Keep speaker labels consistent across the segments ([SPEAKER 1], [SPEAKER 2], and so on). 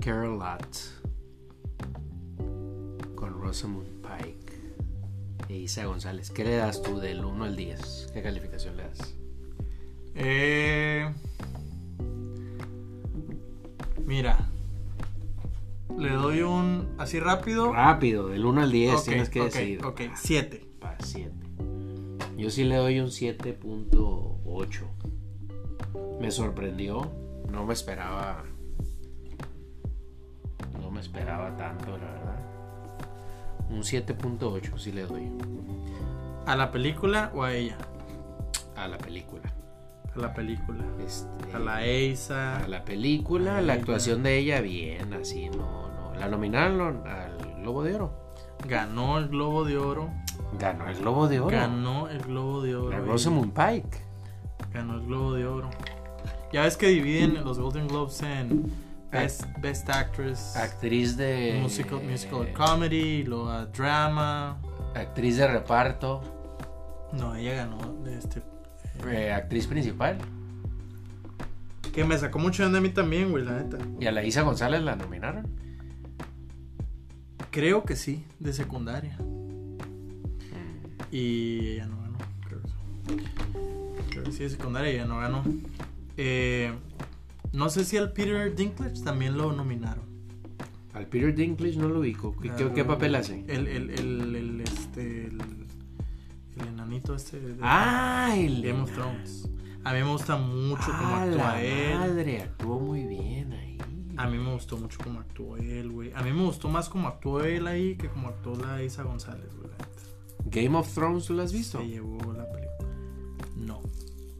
[SPEAKER 1] Care a Lot con Rosamund Pike e Isa González. ¿Qué le das tú del 1 al 10? ¿Qué calificación le das?
[SPEAKER 2] Eh, mira. Le doy un. Así rápido.
[SPEAKER 1] Rápido, del 1 al 10
[SPEAKER 2] Ok,
[SPEAKER 1] Ah, tienes que
[SPEAKER 2] ok,
[SPEAKER 1] decidir.
[SPEAKER 2] Ok, 7.
[SPEAKER 1] Para 7. Yo sí le doy un 7.8. Me sorprendió. No me esperaba. No me esperaba tanto, la verdad. Un 7.8 sí le doy
[SPEAKER 2] ¿A la película o a ella?
[SPEAKER 1] a la película.
[SPEAKER 2] A la película.
[SPEAKER 1] Este,
[SPEAKER 2] A la Eisa.
[SPEAKER 1] a la película,
[SPEAKER 2] a
[SPEAKER 1] la
[SPEAKER 2] ella.
[SPEAKER 1] actuación de ella, bien, así, no, no. La nominaron al Globo de Oro.
[SPEAKER 2] Ganó el Globo de Oro.
[SPEAKER 1] Ganó el Globo de Oro.
[SPEAKER 2] Ganó el Globo de Oro.
[SPEAKER 1] La
[SPEAKER 2] ella.
[SPEAKER 1] Rosamund Pike.
[SPEAKER 2] Ganó el Globo de Oro. Ya ves que dividen los Golden Globes en Best, best Actress,
[SPEAKER 1] Actriz de.
[SPEAKER 2] musical,
[SPEAKER 1] eh.
[SPEAKER 2] musical Comedy, lo a Drama.
[SPEAKER 1] Actriz de reparto,
[SPEAKER 2] No, ella ganó de este.
[SPEAKER 1] eh, actriz principal.
[SPEAKER 2] Que me sacó mucho de onda a mí también, güey, la neta.
[SPEAKER 1] Y a la Isa González la nominaron.
[SPEAKER 2] Creo que sí, de secundaria. Y ella no ganó, creo que sí. Creo que sí, de secundaria ella no ganó. Eh, no sé si al Peter Dinklage también lo nominaron.
[SPEAKER 1] Al Peter Dinklage no lo ubico. ¿Qué, qué- qué papel hace?
[SPEAKER 2] El, el, el, el, este, el, el enanito este. de-
[SPEAKER 1] ¡Ah! El...
[SPEAKER 2] Game of Thrones. A mí me gusta mucho cómo
[SPEAKER 1] Ah,
[SPEAKER 2] actúa
[SPEAKER 1] la
[SPEAKER 2] él.
[SPEAKER 1] madre! Actuó muy bien ahí.
[SPEAKER 2] A mí me gustó mucho cómo actuó él, güey. A mí me gustó más cómo actuó él ahí que cómo actuó la Isa González, güey. la neta.
[SPEAKER 1] ¿Game of Thrones tú lo has visto?
[SPEAKER 2] Se llevó la película. No.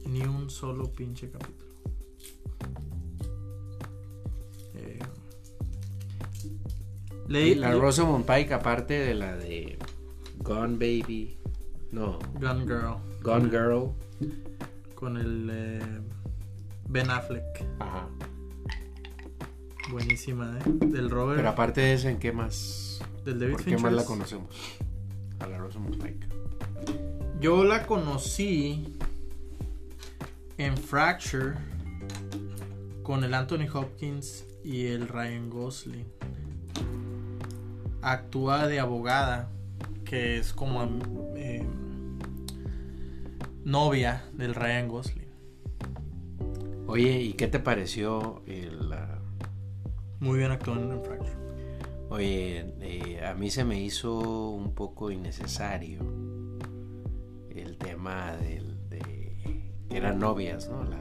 [SPEAKER 2] Ni un solo pinche capítulo. Eh,
[SPEAKER 1] Y
[SPEAKER 2] le-
[SPEAKER 1] la
[SPEAKER 2] le-
[SPEAKER 1] Rosamund Pike, aparte de la de Gone Baby. No,
[SPEAKER 2] Gun Girl.
[SPEAKER 1] Gone Girl.
[SPEAKER 2] Con el eh, Ben Affleck.
[SPEAKER 1] Ajá.
[SPEAKER 2] Buenísima, ¿eh? Del Robert.
[SPEAKER 1] Pero aparte de eso, ¿en qué más?
[SPEAKER 2] del David
[SPEAKER 1] ¿Por qué más
[SPEAKER 2] Fincher.
[SPEAKER 1] la conocemos? A la Rosamund Pike.
[SPEAKER 2] Yo la conocí en Fracture con el Anthony Hopkins y el Ryan Gosling. Actúa de abogada, que es como am- eh, novia del Ryan Gosling.
[SPEAKER 1] Oye, ¿y qué te pareció el, la-
[SPEAKER 2] Muy bien actuando en Fracture.
[SPEAKER 1] Oye, eh, a mí se me hizo un poco innecesario el tema del, de que eran novias, ¿no? La,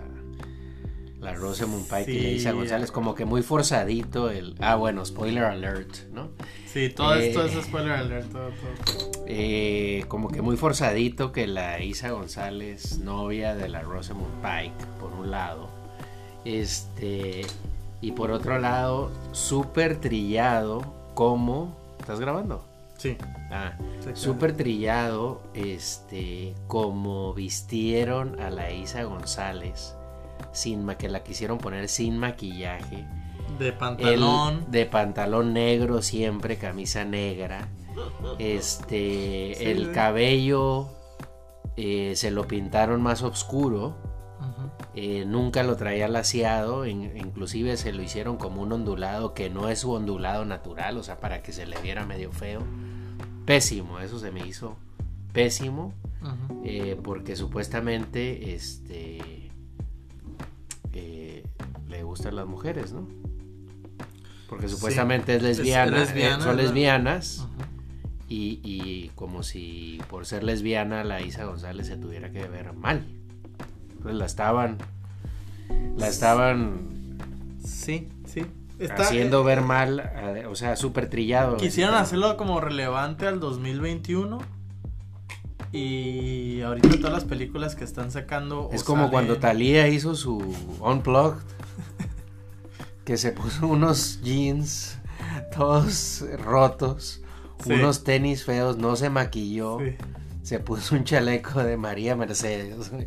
[SPEAKER 1] la Rosamund Pike y la Isa
[SPEAKER 2] Sí.
[SPEAKER 1] González, como que muy forzadito el... Ah, bueno, spoiler alert, ¿no?
[SPEAKER 2] Sí, todo esto
[SPEAKER 1] Eh.
[SPEAKER 2] es spoiler alert. todo, todo.
[SPEAKER 1] Eh, como que muy forzadito que la Isa González, novia de la Rosamund Pike, por un lado. Este. Y por otro lado, súper trillado como. ¿Estás grabando?
[SPEAKER 2] Sí,
[SPEAKER 1] Ah,
[SPEAKER 2] se queda.
[SPEAKER 1] súper trillado, este, como vistieron a la Isa González, sin ma que la quisieron poner sin maquillaje,
[SPEAKER 2] De
[SPEAKER 1] el
[SPEAKER 2] pantalón.
[SPEAKER 1] de pantalón negro siempre, camisa negra. Este,
[SPEAKER 2] Sí,
[SPEAKER 1] el
[SPEAKER 2] güey.
[SPEAKER 1] cabello eh, se lo pintaron más oscuro.
[SPEAKER 2] Ujú.
[SPEAKER 1] eh, nunca lo traía laseado, in- inclusive se lo hicieron como un ondulado que no es su ondulado natural, o sea, para que se le viera medio feo. Pésimo, eso se me hizo pésimo,
[SPEAKER 2] Ujú.
[SPEAKER 1] eh, porque supuestamente este, eh, le gustan las mujeres, ¿no? Porque
[SPEAKER 2] Sí.
[SPEAKER 1] supuestamente es
[SPEAKER 2] Es
[SPEAKER 1] lesbiana, eh,
[SPEAKER 2] lesbiana,
[SPEAKER 1] son
[SPEAKER 2] ¿no?
[SPEAKER 1] lesbianas.
[SPEAKER 2] Ujú.
[SPEAKER 1] Y, y como si por ser lesbiana la Isa González se tuviera que ver mal. Pues la estaban. La estaban
[SPEAKER 2] Sí, sí. Está-
[SPEAKER 1] haciendo ver mal, eh, o sea, súper trillado.
[SPEAKER 2] Quisieron hacerlo como relevante al 2021. Y ahorita todas las películas que están sacando. o
[SPEAKER 1] Es como
[SPEAKER 2] salen-
[SPEAKER 1] cuando Thalía hizo su Unplugged, que se puso unos jeans todos rotos,
[SPEAKER 2] Sí.
[SPEAKER 1] unos tenis feos, no se maquilló,
[SPEAKER 2] Sí,
[SPEAKER 1] se puso un chaleco de María Mercedes. güey.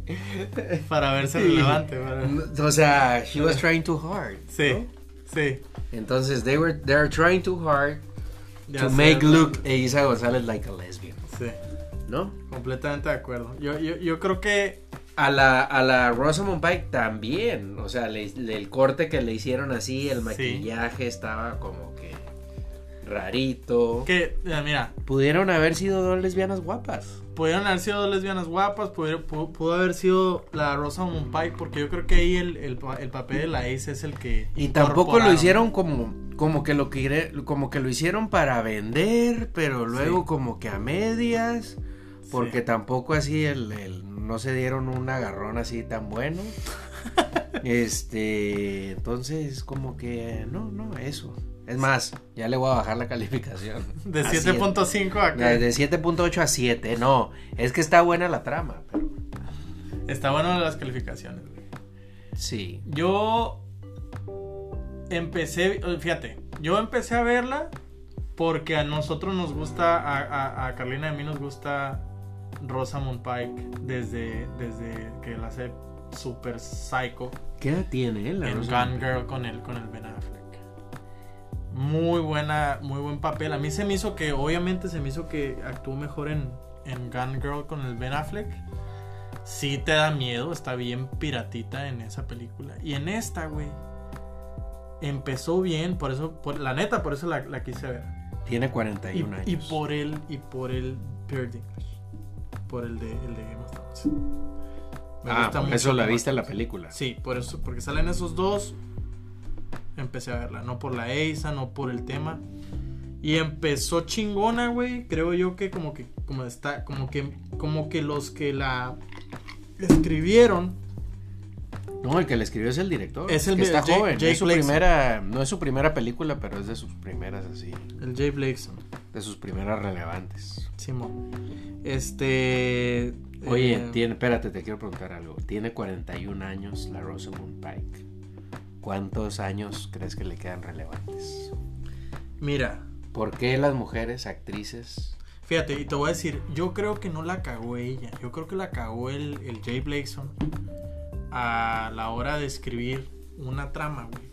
[SPEAKER 2] para verse
[SPEAKER 1] Sí.
[SPEAKER 2] relevante. para-
[SPEAKER 1] O sea, she was trying too hard.
[SPEAKER 2] Ah. Sí,
[SPEAKER 1] ¿no?
[SPEAKER 2] sí.
[SPEAKER 1] Entonces, they were they are trying too hard
[SPEAKER 2] ya
[SPEAKER 1] to
[SPEAKER 2] sé.
[SPEAKER 1] make look a Isa González like a lesbian,
[SPEAKER 2] Sí,
[SPEAKER 1] ¿no?
[SPEAKER 2] completamente de acuerdo. Yo, yo, yo creo que
[SPEAKER 1] A la, a la Rosamund Pike también. O sea, le- le- el corte que le hicieron así, el
[SPEAKER 2] Sí.
[SPEAKER 1] maquillaje estaba como que rarito.
[SPEAKER 2] Que, eh, mira,
[SPEAKER 1] Pudieron haber sido dos lesbianas guapas.
[SPEAKER 2] pudieron haber sido dos lesbianas guapas, pudieron- pu- pudo haber sido la Rosamund Pike, porque yo creo que ahí el, el, pa- el papel de la Ace es el que...
[SPEAKER 1] Y tampoco lo
[SPEAKER 2] incorporaron.
[SPEAKER 1] hicieron como, como que lo quire- como que lo hicieron para vender, pero luego
[SPEAKER 2] Sí.
[SPEAKER 1] como que a medias. Porque
[SPEAKER 2] Sí.
[SPEAKER 1] tampoco así el, el- no se dieron un agarrón así tan bueno. este, entonces como que no, no, eso. Es más, ya le voy a bajar la calificación.
[SPEAKER 2] De
[SPEAKER 1] A
[SPEAKER 2] 7.5
[SPEAKER 1] siete.
[SPEAKER 2] acá.
[SPEAKER 1] De 7.8 a 7, no. Es que está buena la trama, pero
[SPEAKER 2] Está bueno las calificaciones, güey.
[SPEAKER 1] sí.
[SPEAKER 2] Yo empecé, fíjate, yo empecé a verla porque a nosotros nos gusta, a, a- a Carlina y a mí nos gusta Rosamund Pike desde, desde que la hace super psycho
[SPEAKER 1] ¿Qué edad tiene él? la
[SPEAKER 2] en
[SPEAKER 1] Rosa?
[SPEAKER 2] Gone Girl con el, con el Ben Affleck. Muy buena, muy buen papel. A mí se me hizo que, obviamente se me hizo que actuó mejor en, en Gone Girl con el Ben Affleck. Sí te da miedo, está bien piratita en esa película. Y en esta, güey, empezó bien, por eso, por, la neta, por eso la, la quise ver.
[SPEAKER 1] Tiene
[SPEAKER 2] Y,
[SPEAKER 1] 41 años.
[SPEAKER 2] y por el, y por el Peter Dinklage. Por el de, el de Game of Thrones. Me
[SPEAKER 1] ah,
[SPEAKER 2] gusta
[SPEAKER 1] por
[SPEAKER 2] mucho
[SPEAKER 1] eso la
[SPEAKER 2] cómo
[SPEAKER 1] viste en la película.
[SPEAKER 2] Sí, por eso, porque salen esos dos. Empecé a verla, no por la EISA, no por el tema. Y empezó chingona, güey. Creo yo que como que como está como que como que los que la escribieron
[SPEAKER 1] No, el que le escribió es el director.
[SPEAKER 2] Es el
[SPEAKER 1] que está
[SPEAKER 2] Jake-
[SPEAKER 1] joven.
[SPEAKER 2] Jake
[SPEAKER 1] es su
[SPEAKER 2] Blakeson.
[SPEAKER 1] primera, no es su primera película, pero es de sus primeras así,
[SPEAKER 2] el Jay Blakeson,
[SPEAKER 1] de sus primeras relevantes.
[SPEAKER 2] Simón. Este
[SPEAKER 1] Oye,
[SPEAKER 2] eh,
[SPEAKER 1] tiene, espérate, te quiero preguntar algo. Tiene 41 años la Rosamund Pike. ¿Cuántos años crees que le quedan relevantes?
[SPEAKER 2] mira,
[SPEAKER 1] ¿Por qué las mujeres actrices?
[SPEAKER 2] Fíjate, y te voy a decir, yo creo que no la cagó ella, yo creo que la cagó el, el Jay Blakeson a la hora de escribir una trama, güey,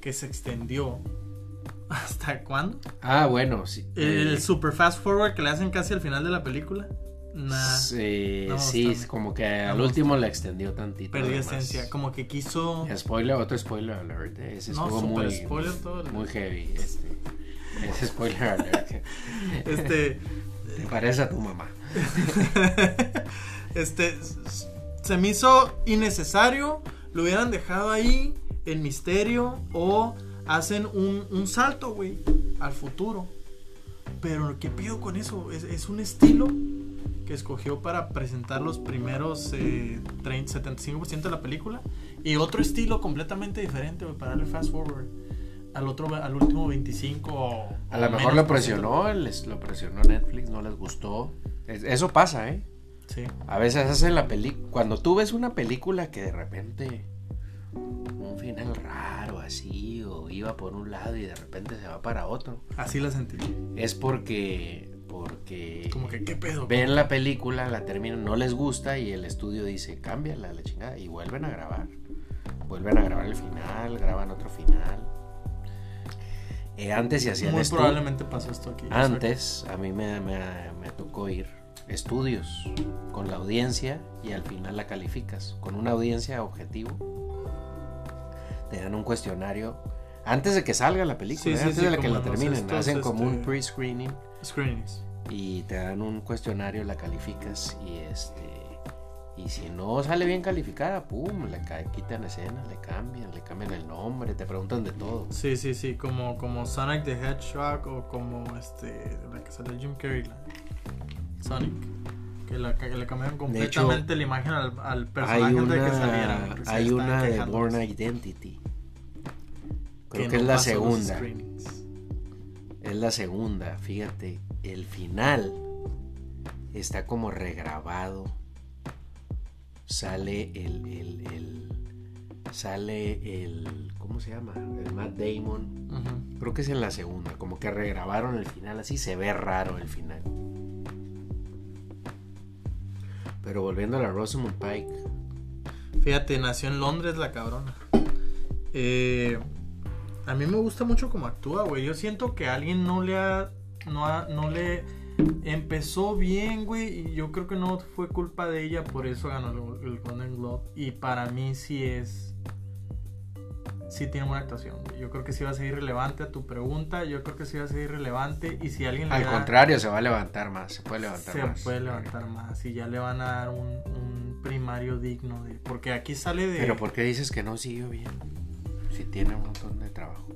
[SPEAKER 2] que se extendió. ¿Hasta cuándo?
[SPEAKER 1] Ah, bueno, sí.
[SPEAKER 2] El,
[SPEAKER 1] eh,
[SPEAKER 2] super fast forward que le hacen casi al final de la película. Nah,
[SPEAKER 1] sí,
[SPEAKER 2] no me
[SPEAKER 1] sí,
[SPEAKER 2] gustó.
[SPEAKER 1] es como que
[SPEAKER 2] me
[SPEAKER 1] al
[SPEAKER 2] gustó.
[SPEAKER 1] último la extendió tantito.
[SPEAKER 2] perdió
[SPEAKER 1] además.
[SPEAKER 2] esencia, como que quiso...
[SPEAKER 1] Spoiler, otro spoiler alert. eh. Ese
[SPEAKER 2] No,
[SPEAKER 1] estuvo
[SPEAKER 2] super
[SPEAKER 1] muy,
[SPEAKER 2] spoiler todo el-
[SPEAKER 1] muy heavy. Este. Ese spoiler alert.
[SPEAKER 2] Este...
[SPEAKER 1] Te parece a tu mamá.
[SPEAKER 2] este s- s- se me hizo innecesario. Lo hubieran dejado ahí el misterio o hacen un, un salto, güey, al futuro. Pero qué pido con eso. Es, es un estilo que escogió para presentar los primeros eh, 30, 75% de la película y otro estilo completamente diferente, güey, para darle fast forward al otro al último 25 o
[SPEAKER 1] A lo
[SPEAKER 2] o
[SPEAKER 1] mejor
[SPEAKER 2] menos
[SPEAKER 1] lo
[SPEAKER 2] por ciento.
[SPEAKER 1] presionó, les- lo presionó Netflix, no les gustó. Es- eso pasa, ¿eh?
[SPEAKER 2] Sí.
[SPEAKER 1] A veces hacen la película. Cuando tú ves una película que de repente. Un final raro así, o iba por un lado y de repente se va para otro.
[SPEAKER 2] Así la sentí.
[SPEAKER 1] Es porque. Porque.
[SPEAKER 2] Como que qué pedo.
[SPEAKER 1] ven la película, la terminan, no les gusta y el estudio dice, cámbiala a la chingada y vuelven a grabar. Vuelven a grabar el final, graban otro final. Eh, antes se hacían
[SPEAKER 2] Muy
[SPEAKER 1] estu-
[SPEAKER 2] probablemente pasó esto aquí.
[SPEAKER 1] Ah, Antes a mí me, me- me tocó ir estudios con la audiencia y al final la calificas. Con una audiencia objetivo te dan un cuestionario antes de que salga la película,
[SPEAKER 2] Sí,
[SPEAKER 1] eh,
[SPEAKER 2] sí,
[SPEAKER 1] antes
[SPEAKER 2] sí,
[SPEAKER 1] de la que
[SPEAKER 2] como
[SPEAKER 1] la
[SPEAKER 2] los
[SPEAKER 1] terminen.
[SPEAKER 2] estos,
[SPEAKER 1] Hacen como un
[SPEAKER 2] este,
[SPEAKER 1] pre-screening
[SPEAKER 2] Screenings.
[SPEAKER 1] y te dan un cuestionario, la calificas y este y si no sale bien calificada, pum, le ca- quitan escena, le cambian, le cambian el nombre, te preguntan de todo.
[SPEAKER 2] Sí, sí, sí, como, como Sonic the Hedgehog o como este, la que sale Jim Carrey, la- Sonic. Que, la, que le cambiaron completamente la imagen al, al personaje
[SPEAKER 1] Hay
[SPEAKER 2] antes de
[SPEAKER 1] una,
[SPEAKER 2] que saliera. güey, porque se
[SPEAKER 1] hay
[SPEAKER 2] estaban
[SPEAKER 1] una de
[SPEAKER 2] quejando,
[SPEAKER 1] Born
[SPEAKER 2] pues,
[SPEAKER 1] Identity. Creo que, es
[SPEAKER 2] no
[SPEAKER 1] la
[SPEAKER 2] pasó los
[SPEAKER 1] segunda.
[SPEAKER 2] screenings.
[SPEAKER 1] Es la segunda, fíjate, el final está como regrabado. Sale el, el- el- sale el ¿cómo se llama? El Matt Damon.
[SPEAKER 2] Ujú.
[SPEAKER 1] Creo que es en la segunda, como que regrabaron el final, así se ve raro el final. Pero volviendo a la Rosamund Pike,
[SPEAKER 2] Fíjate, nació en Londres la cabrona. Eh, a mí me gusta mucho cómo actúa, güey. Yo siento que alguien no le ha. No, ha- no le. empezó bien, güey, y yo creo que no fue culpa de ella, por eso ganó el, el Golden Globe. Y para mí sí es. Sí tiene buena actuación. güey. Yo creo que sí va a seguir relevante a tu pregunta. Yo creo que sí va a seguir relevante. Y si alguien le
[SPEAKER 1] Al
[SPEAKER 2] da-
[SPEAKER 1] contrario, se va a levantar más, se puede levantar
[SPEAKER 2] se
[SPEAKER 1] más.
[SPEAKER 2] puede levantar más. Y ya le van a dar un, un primario digno. De, porque aquí sale de.
[SPEAKER 1] Pero ¿por qué dices que no siguió bien? Si tiene un montón de trabajo.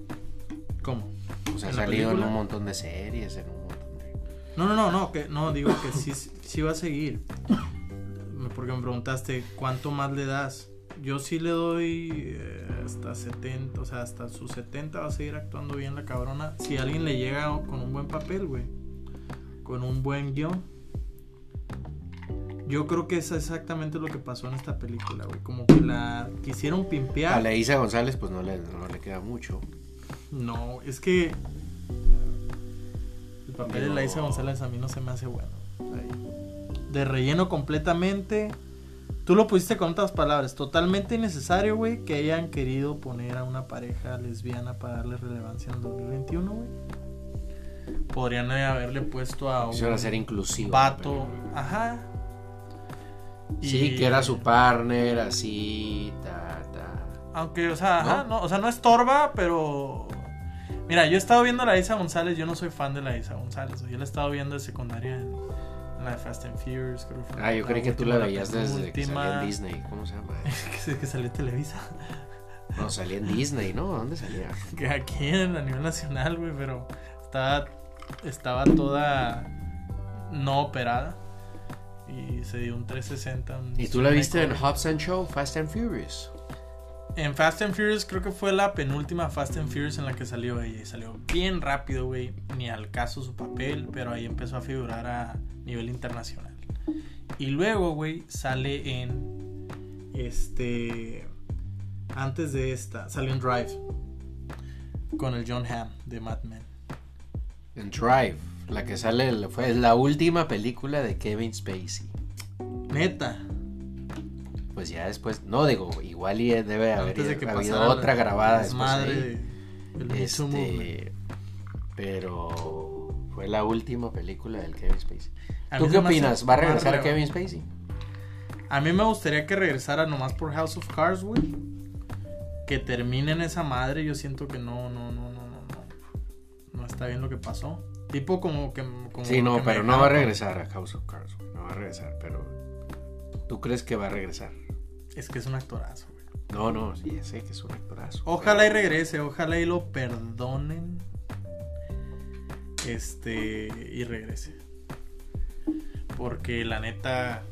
[SPEAKER 2] ¿Cómo?
[SPEAKER 1] O sea, ha
[SPEAKER 2] ¿En la
[SPEAKER 1] salido en
[SPEAKER 2] película?
[SPEAKER 1] un montón de series, en un montón de...
[SPEAKER 2] No, no, no, no, que, no, digo que sí, sí va a seguir. Porque me preguntaste cuánto más le das. Yo sí le doy eh, hasta 70, o sea, hasta sus 70 va a seguir actuando bien la cabrona. Si alguien le llega con un buen papel, güey, con un buen guión. Yo creo que es exactamente lo que pasó en esta película, güey. Como que la quisieron
[SPEAKER 1] A
[SPEAKER 2] pimpear.
[SPEAKER 1] Leisa González pues no le, no le queda mucho.
[SPEAKER 2] No, es que el papel de
[SPEAKER 1] Pero-
[SPEAKER 2] Laisa González a mí no se me hace bueno. Ahí. De relleno completamente. Tú lo pusiste con otras palabras. Totalmente innecesario, güey, que hayan querido poner a una pareja lesbiana para darle relevancia en el 2021, güey. Podrían haberle puesto a
[SPEAKER 1] Quisiera
[SPEAKER 2] un
[SPEAKER 1] ser inclusivo.
[SPEAKER 2] vato.
[SPEAKER 1] pero-
[SPEAKER 2] Ajá.
[SPEAKER 1] Sí,
[SPEAKER 2] Y-
[SPEAKER 1] que era su partner, así, ta, ta.
[SPEAKER 2] Aunque, o sea,
[SPEAKER 1] ¿No?
[SPEAKER 2] ajá, no, o sea, no estorba, pero. Mira, yo he estado viendo a la Isa González, yo no soy fan de la Isa González. güey. Yo la he estado viendo de secundaria en, en la de Fast and Furious, creo que fue
[SPEAKER 1] Ah, yo
[SPEAKER 2] la
[SPEAKER 1] creí que tú
[SPEAKER 2] última,
[SPEAKER 1] la veías desde que
[SPEAKER 2] penúltima,
[SPEAKER 1] salía en Disney. ¿Cómo se llama?
[SPEAKER 2] que, se- que salió en Televisa.
[SPEAKER 1] No, salía en Disney, ¿no? ¿Dónde salía?
[SPEAKER 2] Que aquí en, a nivel nacional, güey, pero estaba, estaba toda no operada. Y se dio un 360. un
[SPEAKER 1] ¿Y tú la viste en
[SPEAKER 2] récord.
[SPEAKER 1] Hobbs and Show, Fast and Furious?
[SPEAKER 2] En Fast and Furious creo que fue la penúltima Fast and Furious en la que salió ella y salió bien rápido, güey, ni al caso su papel, pero ahí empezó a figurar a nivel internacional. Y luego, güey, sale en este antes de esta, salió en Drive con el John Hamm de Mad Men.
[SPEAKER 1] En Drive, la que sale, fue la última película de Kevin Spacey.
[SPEAKER 2] Neta.
[SPEAKER 1] Pues ya después, no digo, igual y debe haber
[SPEAKER 2] antes de que
[SPEAKER 1] habido
[SPEAKER 2] pasara
[SPEAKER 1] otra
[SPEAKER 2] la-
[SPEAKER 1] grabada
[SPEAKER 2] la
[SPEAKER 1] después.
[SPEAKER 2] madre
[SPEAKER 1] ahí.
[SPEAKER 2] de- del Me Too Movement.
[SPEAKER 1] Este, pero fue la última película del Kevin Spacey.
[SPEAKER 2] A
[SPEAKER 1] ¿Tú
[SPEAKER 2] mí
[SPEAKER 1] qué
[SPEAKER 2] se me hace
[SPEAKER 1] opinas? ¿Va a
[SPEAKER 2] más
[SPEAKER 1] regresar
[SPEAKER 2] relevante.
[SPEAKER 1] Kevin Spacey?
[SPEAKER 2] A mí me gustaría que regresara nomás por House of Cards, güey. Que terminen esa madre. Yo siento que no, no, no, no, no, no. No está bien lo que pasó. Tipo como que. como
[SPEAKER 1] Sí,
[SPEAKER 2] que
[SPEAKER 1] no,
[SPEAKER 2] me
[SPEAKER 1] pero no va a
[SPEAKER 2] dejaron.
[SPEAKER 1] regresar a House of Cards. güey, No va a regresar, pero ¿tú crees que va a regresar?
[SPEAKER 2] Es que es un actorazo, güey.
[SPEAKER 1] No, no, sí, ya sé que es un actorazo.
[SPEAKER 2] Ojalá y
[SPEAKER 1] pero-
[SPEAKER 2] regrese, ojalá y lo perdonen. Este. Y regrese. Porque la neta.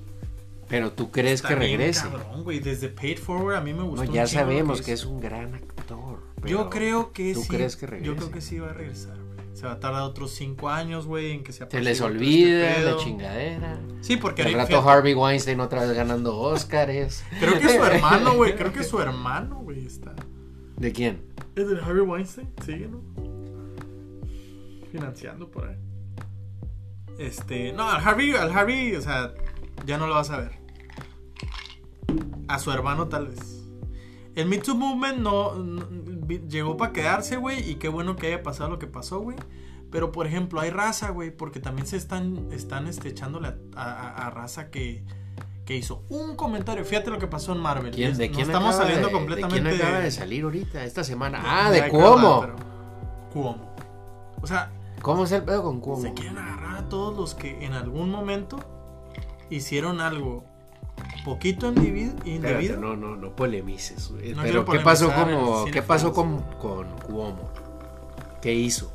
[SPEAKER 1] Pero tú crees
[SPEAKER 2] está
[SPEAKER 1] que
[SPEAKER 2] bien
[SPEAKER 1] regrese.
[SPEAKER 2] Cabrón, güey. Desde Paid Forward a mí me
[SPEAKER 1] No,
[SPEAKER 2] gustó.
[SPEAKER 1] ya
[SPEAKER 2] un chingo lo
[SPEAKER 1] sabemos que
[SPEAKER 2] hizo.
[SPEAKER 1] es un gran actor.
[SPEAKER 2] Yo
[SPEAKER 1] pero-
[SPEAKER 2] creo que
[SPEAKER 1] ¿tú
[SPEAKER 2] sí.
[SPEAKER 1] crees que
[SPEAKER 2] Yo
[SPEAKER 1] regrese?
[SPEAKER 2] creo que sí va a regresar, güey. Se va a tardar otros cinco años, güey, en que se
[SPEAKER 1] Se les
[SPEAKER 2] apacigüe todo
[SPEAKER 1] olvida
[SPEAKER 2] este
[SPEAKER 1] la
[SPEAKER 2] pedo.
[SPEAKER 1] chingadera.
[SPEAKER 2] Sí, porque
[SPEAKER 1] Al
[SPEAKER 2] ahí-
[SPEAKER 1] rato
[SPEAKER 2] fíjate,
[SPEAKER 1] Harvey Weinstein otra vez ganando Óscares.
[SPEAKER 2] creo que su hermano, güey, creo que su hermano, güey, está.
[SPEAKER 1] ¿De quién?
[SPEAKER 2] ¿Es del Harvey Weinstein? Sigue, ¿no? Financiando por ahí. Este, no, al Harvey, al Harvey, o sea, ya no lo vas a ver. A su hermano tal vez. El Me Too Movement no, no- vi- llegó para quedarse, güey, y qué bueno que haya pasado lo que pasó, güey. Pero por ejemplo, hay raza, güey, porque también se están, están este, echándole a, a- a raza que, que hizo un comentario. Fíjate lo que pasó en Marvel.
[SPEAKER 1] ¿Quién,
[SPEAKER 2] Es-
[SPEAKER 1] ¿De
[SPEAKER 2] nos
[SPEAKER 1] quién
[SPEAKER 2] estamos
[SPEAKER 1] acaba
[SPEAKER 2] saliendo
[SPEAKER 1] de,
[SPEAKER 2] completamente
[SPEAKER 1] ¿De quién acaba
[SPEAKER 2] de-
[SPEAKER 1] de salir ahorita, esta semana? Ah,
[SPEAKER 2] no
[SPEAKER 1] de
[SPEAKER 2] hay que hablar,
[SPEAKER 1] Cuomo.
[SPEAKER 2] pero- Cuomo. O sea,
[SPEAKER 1] ¿Cómo es el pedo con Cuomo?
[SPEAKER 2] se quieren agarrar a todos los que en algún momento hicieron algo poquito individu-
[SPEAKER 1] Espérate,
[SPEAKER 2] indebido.
[SPEAKER 1] no, no, no polemices. güey.
[SPEAKER 2] No
[SPEAKER 1] Pero
[SPEAKER 2] quiero
[SPEAKER 1] ¿qué pasó,
[SPEAKER 2] polemizar,
[SPEAKER 1] como,
[SPEAKER 2] sí,
[SPEAKER 1] ¿qué
[SPEAKER 2] no
[SPEAKER 1] pasó con,
[SPEAKER 2] podemos.
[SPEAKER 1] con Cuomo? ¿Qué hizo?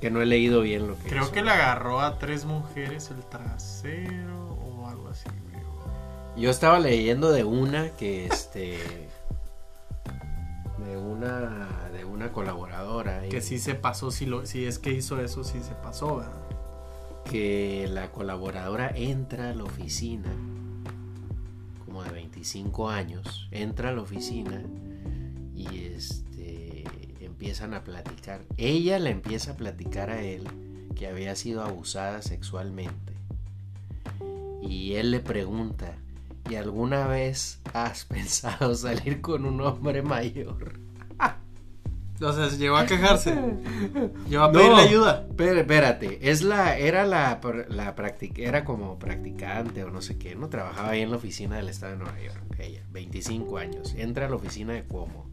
[SPEAKER 1] Que no he leído bien lo que
[SPEAKER 2] Creo
[SPEAKER 1] hizo.
[SPEAKER 2] que le agarró a tres mujeres el trasero o algo así. güey.
[SPEAKER 1] Yo estaba leyendo de una que este. de una. de una colaboradora. ahí,
[SPEAKER 2] Que sí se pasó, si, lo, si es que hizo eso, sí se pasó, ¿verdad?
[SPEAKER 1] que la colaboradora entra a la oficina, como de 25 años, entra a la oficina y este, empiezan a platicar. Ella le empieza a platicar a él que había sido abusada sexualmente. Y él le pregunta, ¿y alguna vez has pensado salir con un hombre mayor?
[SPEAKER 2] O sea, se llegó a quejarse. Llegó a pedirle ayuda.
[SPEAKER 1] Pero espérate, es la, era la, pr- la practic- era como practicante o no sé qué, ¿no? Trabajaba ahí en la oficina del estado de Nueva York, ella, 25 años. Entra a la oficina de Cuomo.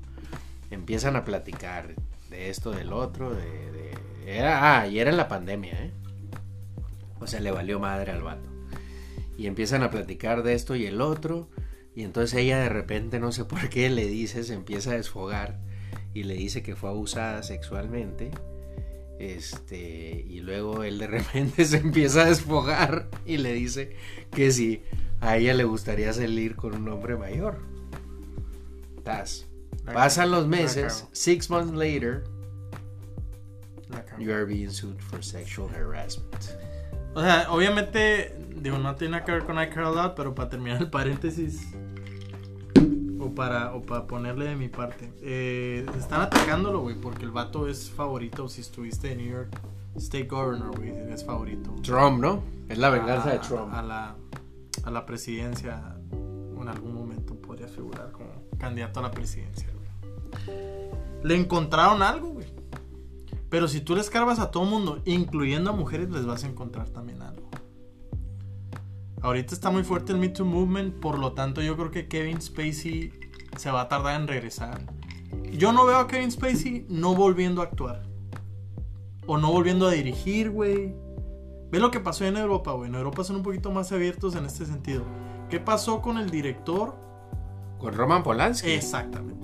[SPEAKER 1] Empiezan a platicar de esto, del otro, de. de- era, ah, y era en la pandemia, ¿eh? O sea, le valió madre al vato. Y empiezan a platicar de esto y el otro. Y entonces ella de repente, no sé por qué, le dice, se empieza a desfogar y le dice que fue abusada sexualmente. Este, y luego él de repente se empieza a desfogar y le dice que si a ella le gustaría salir con un hombre mayor. Tas.
[SPEAKER 2] La-
[SPEAKER 1] Pasan los
[SPEAKER 2] la
[SPEAKER 1] meses,
[SPEAKER 2] cago,
[SPEAKER 1] six months later,
[SPEAKER 2] la cago.
[SPEAKER 1] you are being sued for sexual harassment.
[SPEAKER 2] O sea, obviamente, digo, no tiene nada que ver con I Care a Lot, pero para terminar el paréntesis, o para, o para ponerle de mi parte, eh, están atacándolo, güey, porque el vato es favorito, si estuviste en New York State Governor, güey, es favorito.
[SPEAKER 1] Trump, ¿no? Es la venganza
[SPEAKER 2] a,
[SPEAKER 1] de Trump.
[SPEAKER 2] A la, a la presidencia, en algún momento podría figurar como candidato a la presidencia, güey. Le encontraron algo, güey. Pero si tú le escarbas a todo mundo, incluyendo a mujeres, les vas a encontrar también algo. Ahorita está muy fuerte el Me Too Movement, por lo tanto yo creo que Kevin Spacey se va a tardar en regresar. Yo no veo a Kevin Spacey no volviendo a actuar. O no volviendo a dirigir, güey. Ve lo que pasó en Europa, güey. En Europa son un poquito más abiertos en este sentido. ¿Qué pasó con el director?
[SPEAKER 1] Con Roman Polanski.
[SPEAKER 2] Exactamente.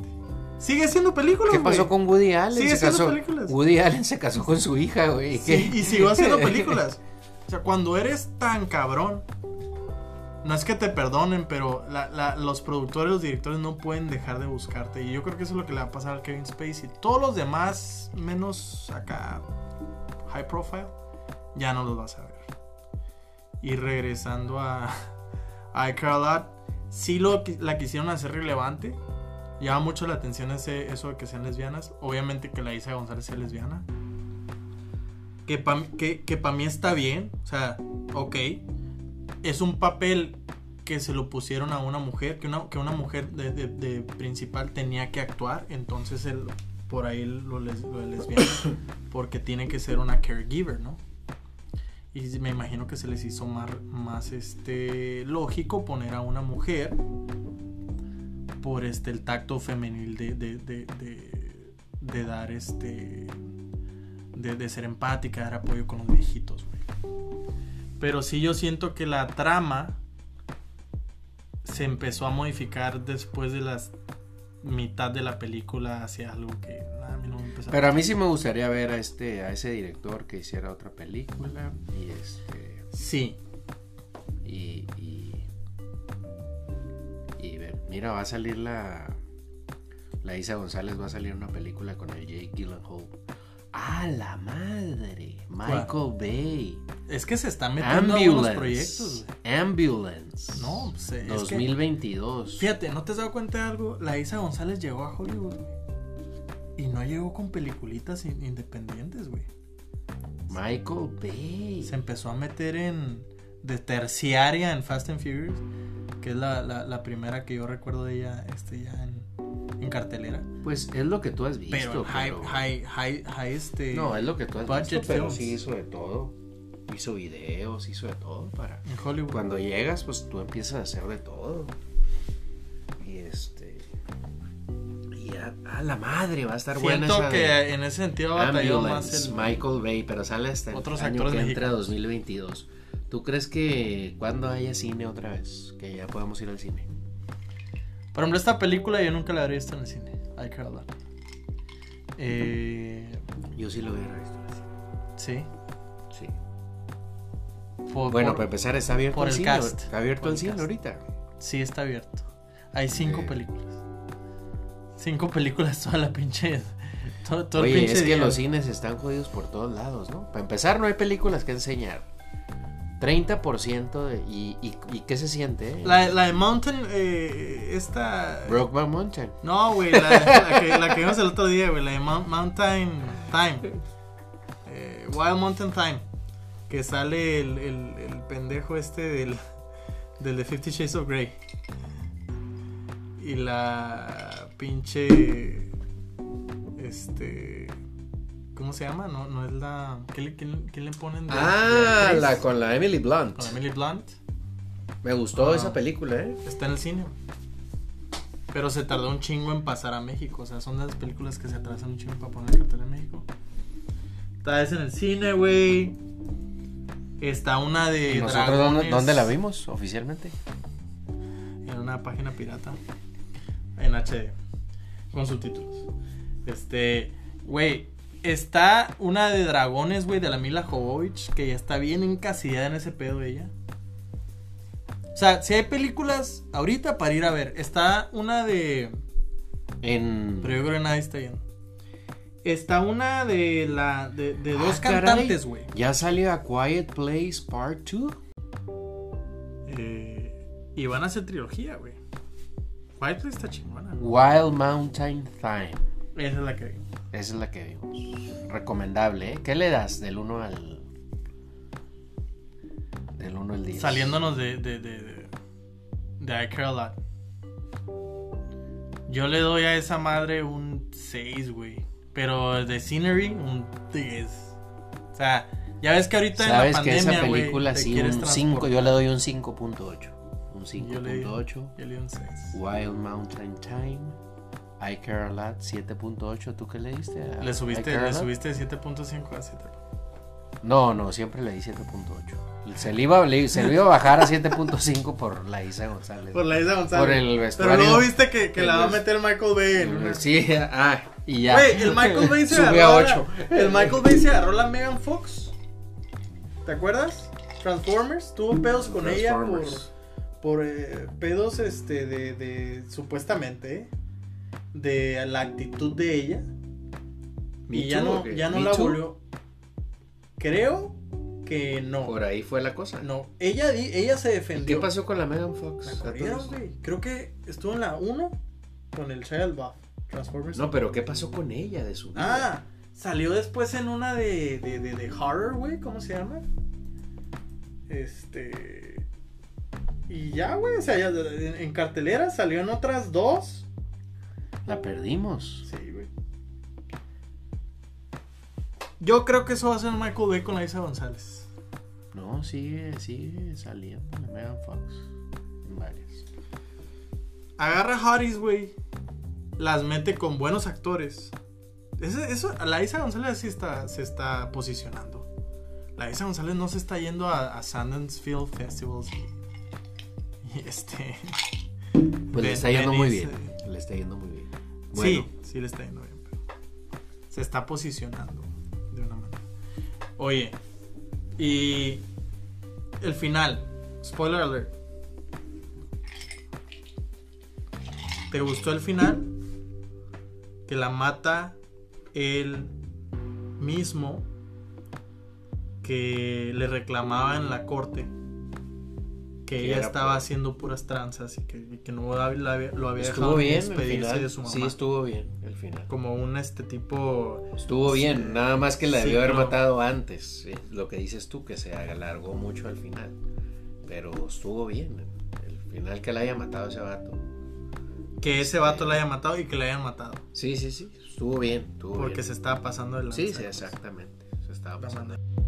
[SPEAKER 2] Sigue siendo película,
[SPEAKER 1] ¿Qué pasó con Woody Allen?
[SPEAKER 2] Sigue
[SPEAKER 1] se casó,
[SPEAKER 2] haciendo películas.
[SPEAKER 1] Woody Allen se casó con su hija, güey.
[SPEAKER 2] Sí, y siguió haciendo películas. O sea, cuando eres tan cabrón, no es que te perdonen, pero la- la- los productores, los directores no pueden dejar de buscarte. Y yo creo que eso es lo que le va a pasar al Kevin Spacey. Todos los demás, menos acá, high profile, ya no los vas a ver. Y regresando a, a I Care a Lot, sí lo, qui- la quisieron hacer relevante. Llama mucho la atención ese, eso de que sean lesbianas. Obviamente que la Isa González sea lesbiana que para que, que pa' mí está bien, o sea, ok, es un papel que se lo pusieron a una mujer, que una, que una mujer de, de- de principal tenía que actuar, entonces el, por ahí lo, les, lo de lesbiana, porque tiene que ser una caregiver, ¿no? Y me imagino que se les hizo más, más este, lógico poner a una mujer por este, el tacto femenil de, de, de- de- de dar este de, de ser empática, dar apoyo con los viejitos, güey. Pero sí yo siento que la trama se empezó a modificar después de la mitad de la película hacia algo que nah, a mí no me empezó a-
[SPEAKER 1] Pero a mí sí me gustaría ver a este, a ese director que hiciera otra película. Y este.
[SPEAKER 2] Sí,
[SPEAKER 1] Y. Y, y ver, mira, va a salir la. La Isa González va a salir en una película con el Jake Gyllenhaal. ¡Ah, la madre! Michael Bay.
[SPEAKER 2] es que se están metiendo a buenos
[SPEAKER 1] Ambulance.
[SPEAKER 2] proyectos, güey.
[SPEAKER 1] Ambulance.
[SPEAKER 2] No, pues, eh, es que-
[SPEAKER 1] 2022.
[SPEAKER 2] Fíjate, ¿no te has dado cuenta de algo? La Isa González llegó a Hollywood güey, y no llegó con peliculitas in- independientes, güey.
[SPEAKER 1] Michael Bay.
[SPEAKER 2] se empezó a meter en de terciaria en Fast and Furious, que es la, la- la primera que yo recuerdo de ella este, ya en, en cartelera.
[SPEAKER 1] Pues es lo que tú has visto.
[SPEAKER 2] Pero en high,
[SPEAKER 1] pero-
[SPEAKER 2] high, high, high, este,
[SPEAKER 1] No, es lo que tú has
[SPEAKER 2] Budget
[SPEAKER 1] visto, pero
[SPEAKER 2] films.
[SPEAKER 1] sí hizo de todo. Hizo videos, hizo de todo para...
[SPEAKER 2] en Hollywood.
[SPEAKER 1] Cuando llegas, pues tú empiezas a hacer de todo. Y este... Y a, a la madre, va a estar buena
[SPEAKER 2] Siento
[SPEAKER 1] esa
[SPEAKER 2] que
[SPEAKER 1] de
[SPEAKER 2] en ese sentido batalló más
[SPEAKER 1] Ambulance,
[SPEAKER 2] el...
[SPEAKER 1] Michael Bay, pero sale hasta el
[SPEAKER 2] Otros
[SPEAKER 1] año
[SPEAKER 2] actores
[SPEAKER 1] que entra
[SPEAKER 2] mexicanos.
[SPEAKER 1] 2022. ¿Tú crees que cuando haya cine otra vez? Que ya podamos ir al cine.
[SPEAKER 2] Por ejemplo, esta película yo nunca la habría visto en el cine. I Care a Lot. Eh,
[SPEAKER 1] Yo sí lo voy a registrar.
[SPEAKER 2] sí.
[SPEAKER 1] Sí.
[SPEAKER 2] Por-
[SPEAKER 1] Bueno,
[SPEAKER 2] por-
[SPEAKER 1] para empezar, está abierto
[SPEAKER 2] por
[SPEAKER 1] el
[SPEAKER 2] el
[SPEAKER 1] cine.
[SPEAKER 2] cast.
[SPEAKER 1] Está abierto
[SPEAKER 2] Por
[SPEAKER 1] el,
[SPEAKER 2] el
[SPEAKER 1] cine
[SPEAKER 2] cast.
[SPEAKER 1] ahorita.
[SPEAKER 2] Sí, está abierto. Hay cinco
[SPEAKER 1] Eh.
[SPEAKER 2] películas. Cinco películas toda la pinche. Todo, todo el
[SPEAKER 1] Oye,
[SPEAKER 2] pinche
[SPEAKER 1] es que
[SPEAKER 2] día,
[SPEAKER 1] los
[SPEAKER 2] güey.
[SPEAKER 1] cines están jodidos por todos lados, ¿no? Para empezar, no hay películas que enseñar. 30% de... ¿Y, y, y qué se siente? eh?
[SPEAKER 2] La, la de Mountain, eh, esta.
[SPEAKER 1] Brokeback Mountain.
[SPEAKER 2] No, güey, la, la que, la que vimos el otro día, güey, la de Mount- Mountain Time. Eh, Wild Mountain Time. Que sale el, el, el pendejo este del, del de Fifty Shades of Grey. Y la pinche. Este. ¿Cómo se llama? No, no es la. ¿Qué le, qué le- qué le ponen de.?
[SPEAKER 1] Ah,
[SPEAKER 2] de actriz?
[SPEAKER 1] la con la Emily Blunt.
[SPEAKER 2] Con Emily Blunt.
[SPEAKER 1] Me gustó
[SPEAKER 2] Ah.
[SPEAKER 1] esa película, ¿eh?
[SPEAKER 2] Está en el cine. Pero se tardó un chingo en pasar a México. O sea, son de las películas que se atrasan un chingo para poner el cartel en México. Está esa en el cine, güey. Está una de.
[SPEAKER 1] ¿Y nosotros dónde,
[SPEAKER 2] dragones
[SPEAKER 1] dónde la vimos oficialmente?
[SPEAKER 2] En una página pirata. En HD. Con subtítulos. Este. Güey. Está una de dragones, güey, de la Mila Jovovich. Que ya está bien encasillada en ese pedo ella. O sea, si hay películas ahorita para ir a ver. Está una de.
[SPEAKER 1] En...
[SPEAKER 2] Pero yo creo que nadie está yendo. Está una de la. de, de
[SPEAKER 1] Ah,
[SPEAKER 2] dos
[SPEAKER 1] caray.
[SPEAKER 2] cantantes, güey.
[SPEAKER 1] ¿Ya salió A Quiet Place Part 2?
[SPEAKER 2] Eh, y van a hacer trilogía, güey. White Place está chingona. güey.
[SPEAKER 1] Wild Mountain Time.
[SPEAKER 2] Esa es la que vi.
[SPEAKER 1] Esa es la que vimos. Recomendable, ¿eh? ¿Qué le das del 1 al... Del 1 al 10?
[SPEAKER 2] Saliéndonos de. de. de. de, de I Care a Lot. Yo le doy a esa madre un 6, güey. Pero de Scenery, un 10. O sea, ya ves que ahorita en la
[SPEAKER 1] Sabes que
[SPEAKER 2] pandemia,
[SPEAKER 1] esa
[SPEAKER 2] güey,
[SPEAKER 1] película
[SPEAKER 2] te
[SPEAKER 1] sí,
[SPEAKER 2] quieres
[SPEAKER 1] un 5,
[SPEAKER 2] transportar.
[SPEAKER 1] yo le doy un 5.8. Un
[SPEAKER 2] Yo le di-
[SPEAKER 1] 5.8.
[SPEAKER 2] Yo le di un 6.
[SPEAKER 1] Wild Mountain Time. I Care a Lot 7.8. ¿Tú qué le diste? a
[SPEAKER 2] Le
[SPEAKER 1] I
[SPEAKER 2] subiste,
[SPEAKER 1] Care a
[SPEAKER 2] le
[SPEAKER 1] Lot?
[SPEAKER 2] subiste de 7.5 a 7.
[SPEAKER 1] No, no, siempre le di 7.8. Se le, iba, le- se le iba a bajar a 7.5 por la Isa González.
[SPEAKER 2] Por la Isa González.
[SPEAKER 1] Por el vestuario.
[SPEAKER 2] Pero luego viste que, que
[SPEAKER 1] El
[SPEAKER 2] la va a
[SPEAKER 1] ves-
[SPEAKER 2] meter Michael Bay en una-
[SPEAKER 1] Sí, ah, y ya.
[SPEAKER 2] Güey, el Michael Bay se
[SPEAKER 1] Sube
[SPEAKER 2] agarró.
[SPEAKER 1] a
[SPEAKER 2] la-
[SPEAKER 1] 8.
[SPEAKER 2] el Michael Bay se agarró la Megan Fox. ¿Te acuerdas? Transformers. Tuvo pedos con ella por,
[SPEAKER 1] Transformers.
[SPEAKER 2] por eh, pedos este de, de supuestamente eh, de la actitud de ella.
[SPEAKER 1] Me
[SPEAKER 2] y ya
[SPEAKER 1] Too,
[SPEAKER 2] no,
[SPEAKER 1] ¿o qué?
[SPEAKER 2] ya no
[SPEAKER 1] Me
[SPEAKER 2] la
[SPEAKER 1] Too.
[SPEAKER 2] volvió. Creo que no.
[SPEAKER 1] Por ahí fue la cosa.
[SPEAKER 2] No, ella, di- ella se
[SPEAKER 1] ¿Y
[SPEAKER 2] defendió.
[SPEAKER 1] ¿Qué pasó con la Megan
[SPEAKER 2] La
[SPEAKER 1] Fox?
[SPEAKER 2] corrieron,
[SPEAKER 1] A todo
[SPEAKER 2] güey. Creo que estuvo en la 1 con el Shia LaBeouf, Transformers.
[SPEAKER 1] eso. No, pero ¿qué pasó con ella de su vida?
[SPEAKER 2] Ah, salió después en una de, de, de, de horror, güey. ¿Cómo se llama? Este. Y ya, güey. O sea, ya- en, en cartelera salió en otras dos.
[SPEAKER 1] La perdimos.
[SPEAKER 2] Sí, güey. Yo creo que eso va a ser Michael Bay con la Isa González.
[SPEAKER 1] No, sigue, sigue saliendo la Megan Fox. En varias.
[SPEAKER 2] Agarra Harris, güey. Las mete con buenos actores. Ese- eso, la Isa González sí está, se está posicionando. La Isa González no se está yendo a, a Sundance Film Festivals. Y, y este.
[SPEAKER 1] Pues le
[SPEAKER 2] Ven-
[SPEAKER 1] está yendo muy
[SPEAKER 2] Venice.
[SPEAKER 1] bien. Le está yendo muy bien.
[SPEAKER 2] Sí,
[SPEAKER 1] Bueno,
[SPEAKER 2] sí le está yendo bien. pero se está posicionando de una manera. Oye, y. El final. Spoiler alert. ¿Te gustó el final? Que la mata él mismo que le reclamaba en la corte. Que
[SPEAKER 1] Que
[SPEAKER 2] ella
[SPEAKER 1] era
[SPEAKER 2] estaba
[SPEAKER 1] por-
[SPEAKER 2] haciendo puras tranzas y que, y que no la había- lo había
[SPEAKER 1] estuvo
[SPEAKER 2] dejado
[SPEAKER 1] bien. El
[SPEAKER 2] despedirse
[SPEAKER 1] final.
[SPEAKER 2] de su mamá.
[SPEAKER 1] Sí, estuvo bien. El final.
[SPEAKER 2] Como un este tipo.
[SPEAKER 1] Estuvo
[SPEAKER 2] Sí.
[SPEAKER 1] bien, nada más que la
[SPEAKER 2] Sí,
[SPEAKER 1] debió haber
[SPEAKER 2] claro.
[SPEAKER 1] matado antes. eh, Lo que dices tú, que se alargó mucho al final. Pero estuvo bien. El final que la haya matado ese vato.
[SPEAKER 2] Que ese vato la haya matado y que la hayan matado.
[SPEAKER 1] Sí, sí, sí. Estuvo bien. Estuvo
[SPEAKER 2] Porque
[SPEAKER 1] bien.
[SPEAKER 2] se estaba pasando de lanza. pues.
[SPEAKER 1] Sí, sí, exactamente. Se estaba
[SPEAKER 2] La
[SPEAKER 1] pasando.
[SPEAKER 2] manda.